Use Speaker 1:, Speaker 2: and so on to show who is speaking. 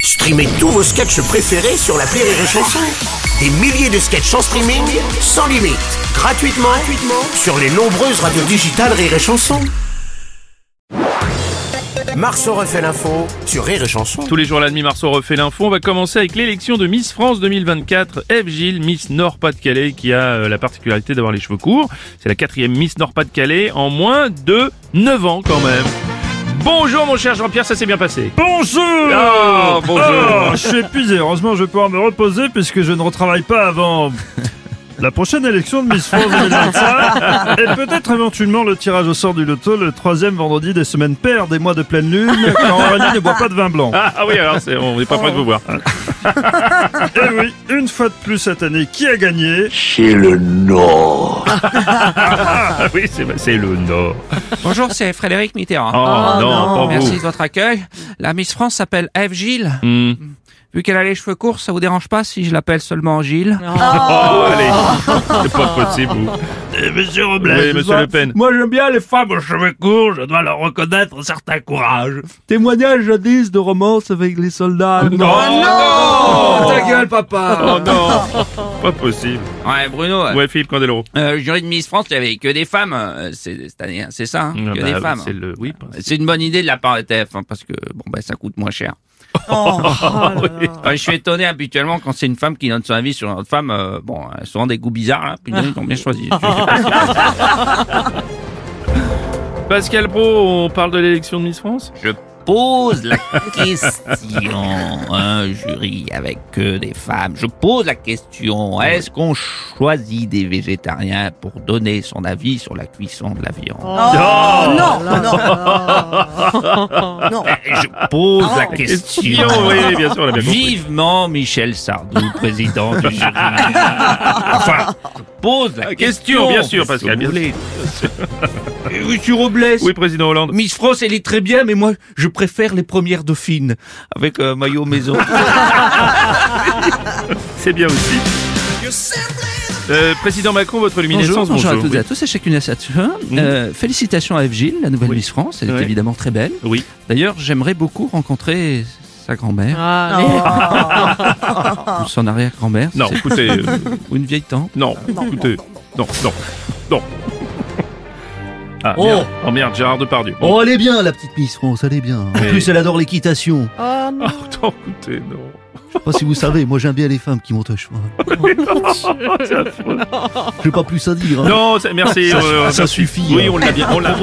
Speaker 1: Streamez tous vos sketchs préférés sur la Rire et Chanson. Des milliers de sketchs en streaming, sans limite, gratuitement, gratuitement sur les nombreuses radios digitales Rire et Chanson. Marceau refait l'info sur Rire et Chanson.
Speaker 2: Tous les jours à la demi, Marceau refait l'info. On va commencer avec l'élection de Miss France 2024. Eve Gilles, Miss Nord-Pas-de-Calais, qui a euh, la particularité d'avoir les cheveux courts. C'est la quatrième Miss Nord-Pas-de-Calais en moins de 9 ans quand même. Bonjour mon cher Jean-Pierre, ça s'est bien passé.
Speaker 3: Bonjour
Speaker 2: Oh, bonjour.
Speaker 3: Ah, Je suis épuisé, heureusement je vais pouvoir me reposer puisque je ne retravaille pas avant... La prochaine élection de Miss France 2025 et peut-être éventuellement le tirage au sort du loto le troisième vendredi des semaines paires des mois de pleine lune quand Aurélie ne boit pas de vin blanc.
Speaker 2: Ah, ah oui, alors c'est- on n'est pas prêt de vous voir.
Speaker 3: Et Eh oui, une fois de plus cette année, qui a gagné
Speaker 1: Chez le Nord.
Speaker 2: Ah oui, c'est c'est le Nord.
Speaker 4: Bonjour, c'est Frédéric Mitterrand.
Speaker 2: Oh, non, pas
Speaker 4: Merci
Speaker 2: vous.
Speaker 4: de votre accueil. La Miss France s'appelle Eve Gilles.
Speaker 2: Hmm.
Speaker 4: Vu qu'elle a les cheveux courts, ça vous dérange pas si je l'appelle seulement Gilles
Speaker 2: Oh, allez, c'est pas possible. Vous.
Speaker 3: Monsieur
Speaker 2: Oui, Eh, monsieur Le Pen.
Speaker 3: Moi j'aime bien les femmes aux cheveux courts, je dois leur reconnaître un certain courage. Témoignage jadis de romance avec les soldats.
Speaker 2: Oh, non,
Speaker 4: Oh, Ta gueule, papa
Speaker 2: Oh non, pas possible.
Speaker 4: Ouais, Bruno, euh,
Speaker 2: Ouais, Philippe Candeloro.
Speaker 4: euh, jury de Miss France, il y avait que des femmes euh, c'est- cette année, hein, c'est ça hein, Que
Speaker 2: Ah,
Speaker 4: des
Speaker 2: bah,
Speaker 4: femmes.
Speaker 2: C'est le, oui. parce-
Speaker 4: C'est une bonne idée de la part de TF, hein, parce que bon, bah, ça coûte moins cher. Oh. Ouais, je suis étonné habituellement quand c'est une femme qui donne son avis sur une autre femme. euh, bon, euh, souvent des goûts bizarres, là, puis ils ont bien choisi.
Speaker 2: Pascal Pro, on parle de l'élection de Miss France
Speaker 4: Je pose la question, un jury avec que des femmes. Je pose la question, est-ce qu'on choisit des végétariens pour donner son avis sur la cuisson de la viande
Speaker 2: Oh.
Speaker 5: non, non, non.
Speaker 4: Je pose la question.
Speaker 2: Oh. oui, oui, bien sûr, on l'a bien compris.
Speaker 4: Vivement Michel Sardou, président du jury. Enfin, je pose la
Speaker 2: Ah, question,
Speaker 4: question.
Speaker 2: bien sûr,
Speaker 4: parce que
Speaker 2: Pascal,
Speaker 4: vous
Speaker 2: bien
Speaker 4: voulez. Euh, Monsieur Robles,
Speaker 2: Oui, président Hollande.
Speaker 4: Miss France, elle est très bien, mais moi, je préfère les premières dauphines avec un maillot maison.
Speaker 2: C'est bien aussi. Euh, président Macron, votre luminescence, bonjour.
Speaker 4: bonjour à toutes et à tous, à chacune et à chacun. Euh, félicitations à Eve Gilles, la nouvelle
Speaker 2: Oui.
Speaker 4: Miss France, elle est
Speaker 2: Ouais.
Speaker 4: évidemment très belle.
Speaker 2: Oui.
Speaker 4: D'ailleurs, j'aimerais beaucoup rencontrer sa grand-mère ou son arrière-grand-mère,
Speaker 2: Non,
Speaker 4: c'est-
Speaker 2: écoutez, euh,
Speaker 4: ou une vieille tante.
Speaker 2: non, écoutez, non, non, non. Ah, merde. Oh merde, Gérard Depardieu. Bon,
Speaker 6: Oh, elle est bien, la petite Miss France, elle est bien. En
Speaker 2: Oui.
Speaker 6: plus, elle adore l'équitation.
Speaker 2: attends, écoutez, non.
Speaker 6: Je sais pas si vous savez, moi j'aime bien les femmes qui montent à cheval.
Speaker 2: C'est affreux.
Speaker 6: J'ai pas plus à dire. hein.
Speaker 2: Non, c'est- merci.
Speaker 6: Ça-
Speaker 2: euh,
Speaker 6: ça
Speaker 2: merci.
Speaker 6: suffit,
Speaker 2: Oui,
Speaker 6: hein.
Speaker 2: on l'a bien, on l'a.